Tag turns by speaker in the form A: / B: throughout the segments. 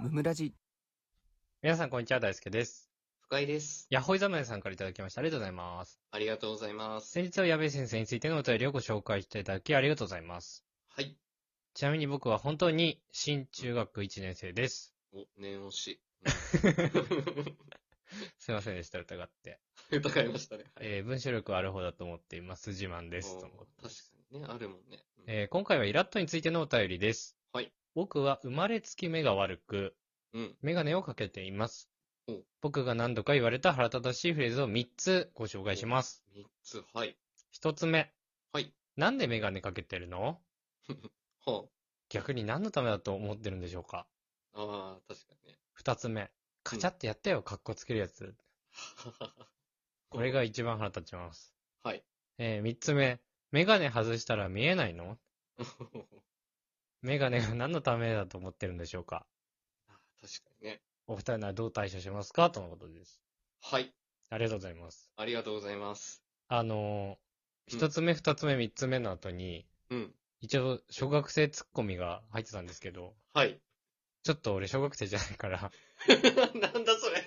A: ムムラジ。
B: 皆さん、こんにちは。大輔です。
C: 深井です。
B: ヤッホイ侍さんからいただきました。ありがとうございます。
C: ありがとうございます。
B: 先日は矢部先生についてのお便りをご紹介していただき、ありがとうございます。
C: はい。
B: ちなみに僕は本当に新中学1年生です。
C: お、念押し。
B: すいませんでした、疑って。
C: 疑いましたね。はい
B: えー文章力はある方だと思っています。自慢です。
C: お
B: と
C: 確
B: 思って
C: かにね、あるもんね。うん
B: えー今回はイラッとについてのお便りです。
C: はい。
B: 僕は生まれつき目が悪く、
C: うん。
B: メガネをかけています
C: お。
B: 僕が何度か言われた腹立たしいフレーズを3つご紹介します。
C: 三つ、はい。
B: 1つ目。
C: はい。
B: なんでメガネかけてるの
C: は
B: 逆に何のためだと思ってるんでしょうか
C: あ。ああ、確かにね。
B: 二つ目。カチャってやったよ、かっこつけるやつ。
C: こ
B: これ。が一番腹立ちます。
C: はい。
B: えー、三つ目。メガネ外したら見えないの
C: あ確か
B: メガネが何のためだと思ってるんでしょうか
C: にね。
B: お二人ならどう対処しますかとのことです。
C: はい。
B: ありがとうございます。
C: ありがとうございます。
B: あのー、
C: うん
B: 一つ目、二つ目、三つ目の後に、
C: うん。
B: 一応、小学生ツッコミが入ってたんですけど、
C: はい。
B: ちょっと俺小学生じゃないから、
C: なんだそれ。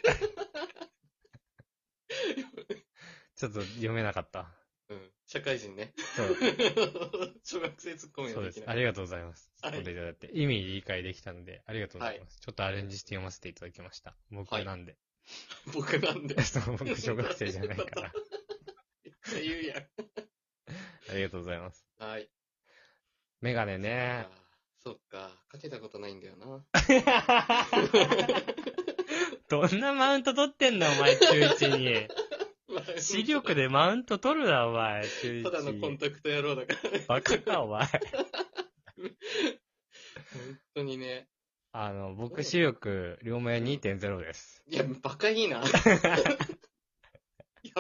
B: ちょっと読めなか った。
C: うん。社会人ね。
B: そう。
C: 小学生突っ込み
B: そ
C: が
B: う
C: で
B: で
C: き
B: す。
C: な
B: あ
C: い。
B: りがとうございます。
C: はい
B: 突っ込んでいただいて。意味理解できたので、ありがとうございます。ちょっとアレンジして読ませていただきました。僕
C: はい
B: なんで。
C: 僕な んで。
B: そう僕小学生じゃないから。
C: めっちゃ言うや
B: ありがとうございます。
C: ん。はい。
B: メガネね。
C: そっか、かけたことないんだ よな。
B: どんなマウント取ってんだ、お前、中1に。 視力でマウント取るな、お前、中
C: ただのコン
B: 1。
C: タクト野郎だから、ね、
B: バカか、お 前。
C: 本当にね。
B: あの、僕、視力、両目2.0です。
C: いや、バカいい な。や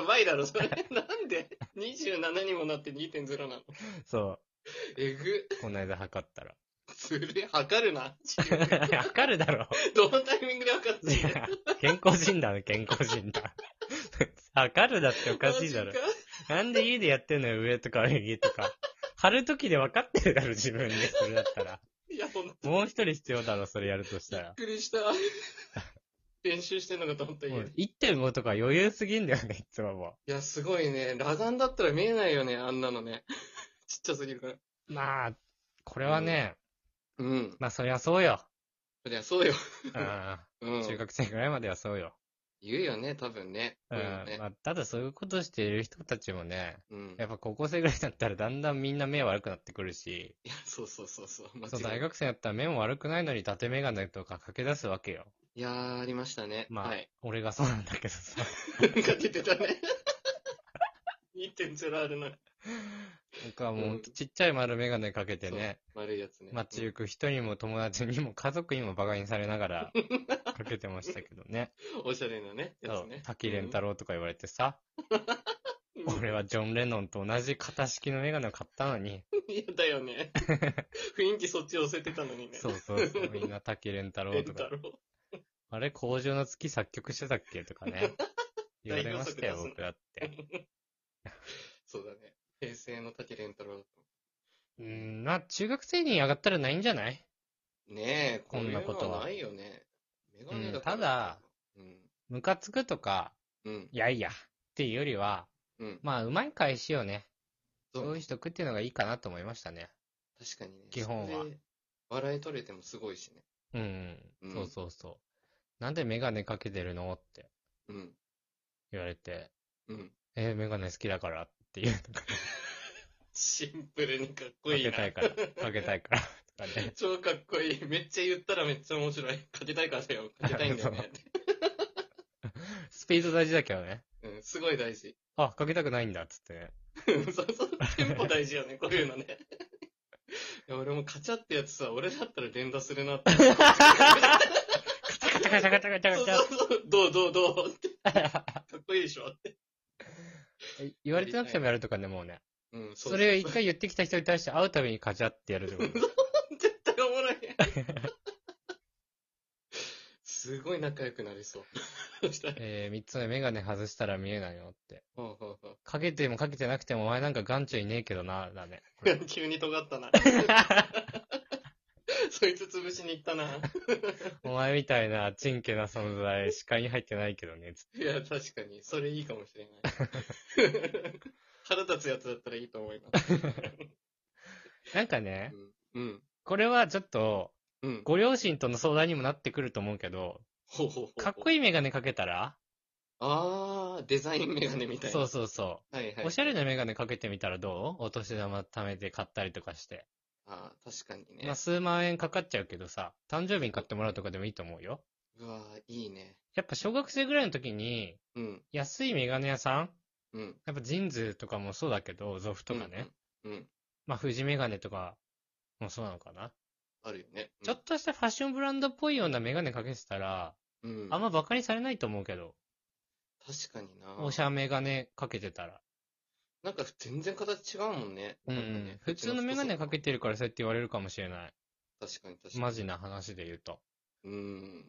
C: ばいだろ、それ。なんで ?27 にもなって2.0なの。
B: そ
C: えぐ。
B: う。この間測ったら。
C: ずるい。測 るな。視力
B: 測るだろ。
C: どのタイミングで測って
B: い
C: んの
B: や 健康診断、健康診断。測るだっておかしいだろ
C: マジ。か
B: なんで家でやってんのよ、上とか右とか。貼るときで分かってるだろ、自分で。それだったら。
C: いや、ほんと
B: もう一人必要だろ、それやるとしたら。
C: びっくりした。練習してんのかと思った
B: も
C: いう
B: 1.5とか余裕すぎんだよね、いつもも
C: や、すごいね。裸眼だったら見えないよね、あんなのね。 ちっちゃすぎるから。
B: う。まあ、これはね、
C: うん。
B: まあそりゃそう よ。
C: そりゃそうよ。
B: あ
C: う
B: あ
C: ん。
B: 中学生ぐらいまではそうよ。
C: 言うよね、多分ね。
B: うん
C: 言うよね
B: まあ、ただそういうことしている人たちもね、
C: うん。
B: やっぱ高校生ぐらいだったらだんだんみんな目悪くなってくるし、
C: いや、そうそうそうそう。間違
B: そう
C: いない
B: 大学生だったら目も悪くないのに縦眼鏡とかかけ出すわけよ。
C: いやー、ありましたね。
B: まあ、
C: はい。
B: 俺がそうなんだけどさ。
C: かけてたね。2.0あるな。
B: 僕はもうほんと
C: う
B: ちっちゃい丸眼鏡かけてね、
C: 悪いやつね。
B: 街行く人にも友達にも家族にもバカにされながらかけてましたけどね。
C: うんおしゃれなね、や
B: そ
C: つ
B: う
C: ね。、
B: 滝蓮太郎とか言われて さ、俺はジョン・レノンと同じ型式の眼鏡を買ったのに、
C: うんいや、だよね。 雰囲気そっち寄せてたのにね。
B: そうそうそう、みんな滝蓮太郎
C: レン
B: と
C: タ
B: か、
C: ロウ
B: あれ、工場の月作曲してたっけとかね、言われま したよ、僕だって。
C: そうだね。平成の滝レンタロウだっ
B: うん、まあ、中学生に上がったらないんじゃない
C: たねえ、
B: こんなことは
C: ういうのないよね。メガネだから
B: うんただ、
C: うん。
B: ムカつくとか、
C: うん。
B: いやいや、っていうよりは、
C: うん。
B: まあ、うまい返しをね、
C: そう
B: そういう人食っていうのがいいかなと思いましたね。
C: 確かにね。
B: 基本は
C: それで笑い取れてもすごいしね。
B: うん、
C: うん
B: そうそうそう。なんでメガネかけてるのって
C: うん。
B: 言われて、
C: うん。
B: えーメガネ好きだからっていうのがか
C: シンプルにかっこいい
B: け
C: な。
B: たいから、かけたいから、とか ね。
C: 超かっこいい。めっちゃ言ったらめっちゃ面白い。かけたいからだよ。かけたいんだ よね。
B: スピード大事だけどね。
C: うん、すごい大事。
B: あ、かけたくないんだ、っつってね。
C: うんそうそう。テンポ大事よね、こういうのね。いや、俺もカチャってやつさ、俺だったら連打するなって。
B: カチャカチャカチャカチャ
C: そ
B: カ
C: う
B: チ
C: そうそう。どうどうどう って。
B: ャ。
C: かっこいいでしょって。
B: え言われてなくてもやるとかね、もうね。
C: うん、う
B: それを一回言ってきた人に対して会うたびにカチャってやるってことです。
C: 絶対おもろい。すごい仲良くな りそう。そしたら。
B: えー、三つ目、メガネ外したら見えないよって。
C: ほうほうほう
B: かけてもかけてなくて も、お前なんか眼中いねえけどな、だね。
C: いや急に尖ったな。そいつ潰しに行ったな。
B: お前みたいな、ちんけな存在、視界に入ってないけどね、つっ
C: いや、確かに。それいいかも しれない。腹立つやつだったらいいと思います。
B: てなんかね、
C: うん。
B: これはちょっと、
C: うん。
B: ご両親との相談にもなってくると思うけど、
C: ほうほうほう。
B: かっこ
C: いい。
B: いいメガネかけたら
C: あー、デザインメガネみたいな。
B: そうそうそ
C: はいは
B: う。
C: い。
B: おしゃれなメガネかけてみたらどうお年玉貯めて買ったりとかして。
C: あー、確かにね。
B: まあ、数万円かかっちゃうけどさ、誕生日に買ってもらうとかでもいいと思うよ。
C: うわー、いいね。
B: やっぱ小学生ぐらいの時に、
C: うん。
B: 安いメガネ屋さん
C: うん。
B: やっぱジンズとかもそうだけど、ゾフとかね。
C: うん。うん。
B: まあ、富士メガネとかもそうなのかな。
C: あるよね。
B: ちょっとしたファッションブランドっぽいようなメガネかけてたら、
C: うん。
B: あんまバカにされないと思うけど、
C: 確かにな。
B: おしゃメガネかけてたら。
C: なんか全然形違うもんね。
B: うんう
C: なんか
B: ん
C: ね。
B: 普通のメガネかけてるからそうやって言われるかもしれない。
C: 確かに確かに。
B: マジな話で言うと。
C: うん。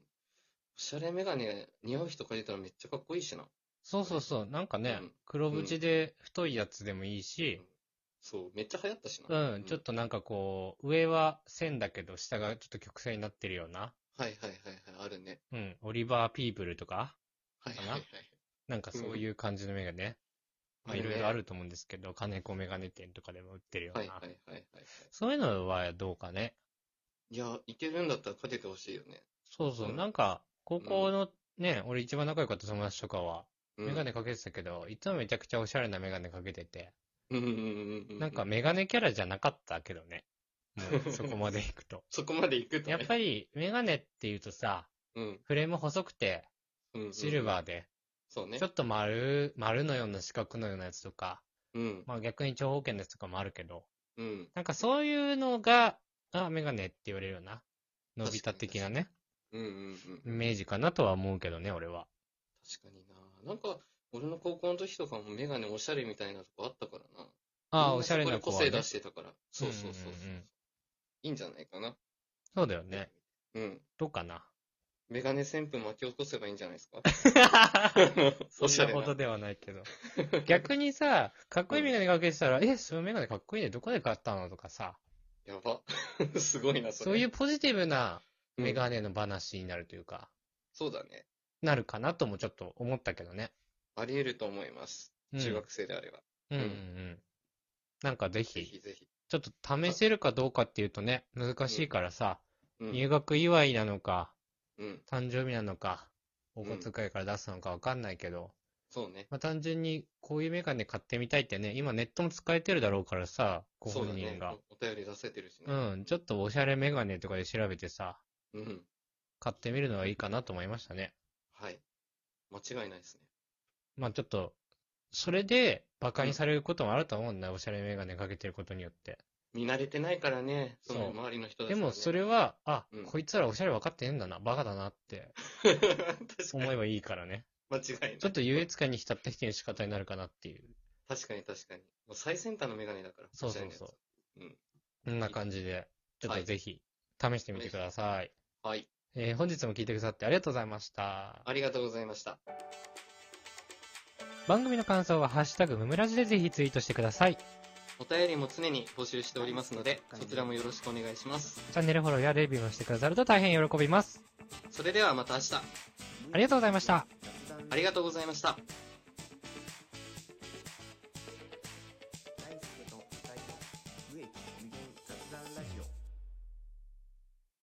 C: おしゃれメガネ似合う人描いたらめっちゃかっこいいしな。
B: そうそうそう。なんかね
C: うん、
B: 黒縁で太いやつでもいいし、
C: そう、めっちゃ流行ったし
B: う
C: な。
B: ん、ちょっとなんかこう、上は線だけど下がちょっと曲線になってるような。
C: はいはいはいはい、あるね。
B: うん、オリバー・ピープルとか、
C: はい
B: か
C: はい
B: な
C: はい。
B: なんかそういう感じのメガネ。まあ、
C: る
B: い
C: ね
B: ろいろあ。ると思うんですけど、金子メガネ店とかでも売ってるような。
C: はいはいはいはいはい。
B: そういうのはどうかね。
C: いや、いけるんだったらかけてほしいよね。
B: そうそう、
C: うん
B: なんか、高校のね、俺一番仲良かった友達とかは、
C: うん
B: メガネ。かけてたけど、いつもめちゃくちゃおしゃれなメガネかけてて、
C: うんうんうんうん。。
B: なんか、メガネキャラじゃなかったけどね。もうそこまで行くと
C: そこまで行くと
B: やっ
C: ね。
B: ぱり、メガネっていうとさ、
C: うん
B: フレーム細くて、
C: うん。
B: シル
C: ー。
B: バーで、
C: そうね
B: ちょ。っと丸、丸のような四角のようなやつとか、
C: うん。
B: まあ逆に長方形のやつとかもあるけど、
C: うん。
B: なんかそういうのが、あ、メガネって言われるような、伸びた的なね、
C: うんうんうん。
B: イメージかなとは思うけどね、俺は。
C: 確かにな。なんか、俺の高校の時とかもメガネおしゃれみたいなとこあったか
B: あ
C: らな。みん
B: あ、
C: そ
B: おしゃれ
C: こで
B: な子は、
C: 個性
B: ね。
C: 出してたから。そうそうそうそう。
B: うんうんうん
C: いいんじゃないかな。
B: そうだよね。
C: うん。
B: どうかな。
C: メガネ旋風巻き起こせばいいんじゃないですか。
B: そ
C: おしゃ
B: んな
C: れ
B: ほ
C: な。
B: どではないけど。 逆にさ、かっこいいメガネかけてたら、え、そのメガネかっこいいね、どこで買ったのとかさ、
C: やば。 すごいな、それ。
B: そういううポジティブなんメガネの話になるというか、
C: そうだね。
B: なるかなともちょっと思ったけどね。
C: あり得ると思いま
B: う
C: す。
B: ん
C: 中学生であれば。
B: うんうんう。
C: うん
B: なんかぜ
C: ぜ
B: ひ、
C: ひぜひ。
B: ちょっと試せるかどうかっていうとね、難しいからさ、
C: う
B: 入
C: ん。
B: 学祝いなのか、
C: うん。
B: 誕生日なのか、お
C: ん
B: 小遣いから出すのかわかんないけど、
C: そうね。
B: まあ、単純にこういうメガネ買ってみたいってね、今ネットも使えてるだろうからさ、ご
C: そうだ
B: 本
C: ね
B: 人が。。
C: おお便り出せてるしね。
B: うん、ちょっとおしゃれメガネとかで調べてさ、
C: うん。
B: 買ってみるのはいいかなと思いましたね。
C: はい。間違いないですね。
B: まあちょっと、それで馬鹿にされることもあると思うんだ、おしゃれメガネかけてることによって。
C: 見慣れてないからね。その
B: そう
C: 周りの人たち
B: で
C: はね
B: もそれは、あ、
C: うん
B: こいつらおしゃれ分かってねえんだな、バカだなって
C: 確かに
B: 思えばいいから ね。
C: 間違いない。
B: ちょっと優越感に浸った人の仕方になるかなっていう、
C: 確かに確かに。もう最先端のメガネだから。
B: そうそうそう
C: こちらのや
B: こんな感じで、ちょっ
C: は
B: と
C: い
B: ぜひ試してみてください。
C: つ。はい。
B: えー本日も聞いてくださってありがとうございました。
C: ありがとうございました。
B: 番組の感想はハッシュタグムムラジでぜひツイートしてください。チ
C: お便りも常に募集しておりますので、そちらもよろしくお願いします。
B: ャンネルフォローやレビューもしてくださると大変喜びます。
C: それではまた明日。
B: ありがとうございました。
C: ありがとうございました。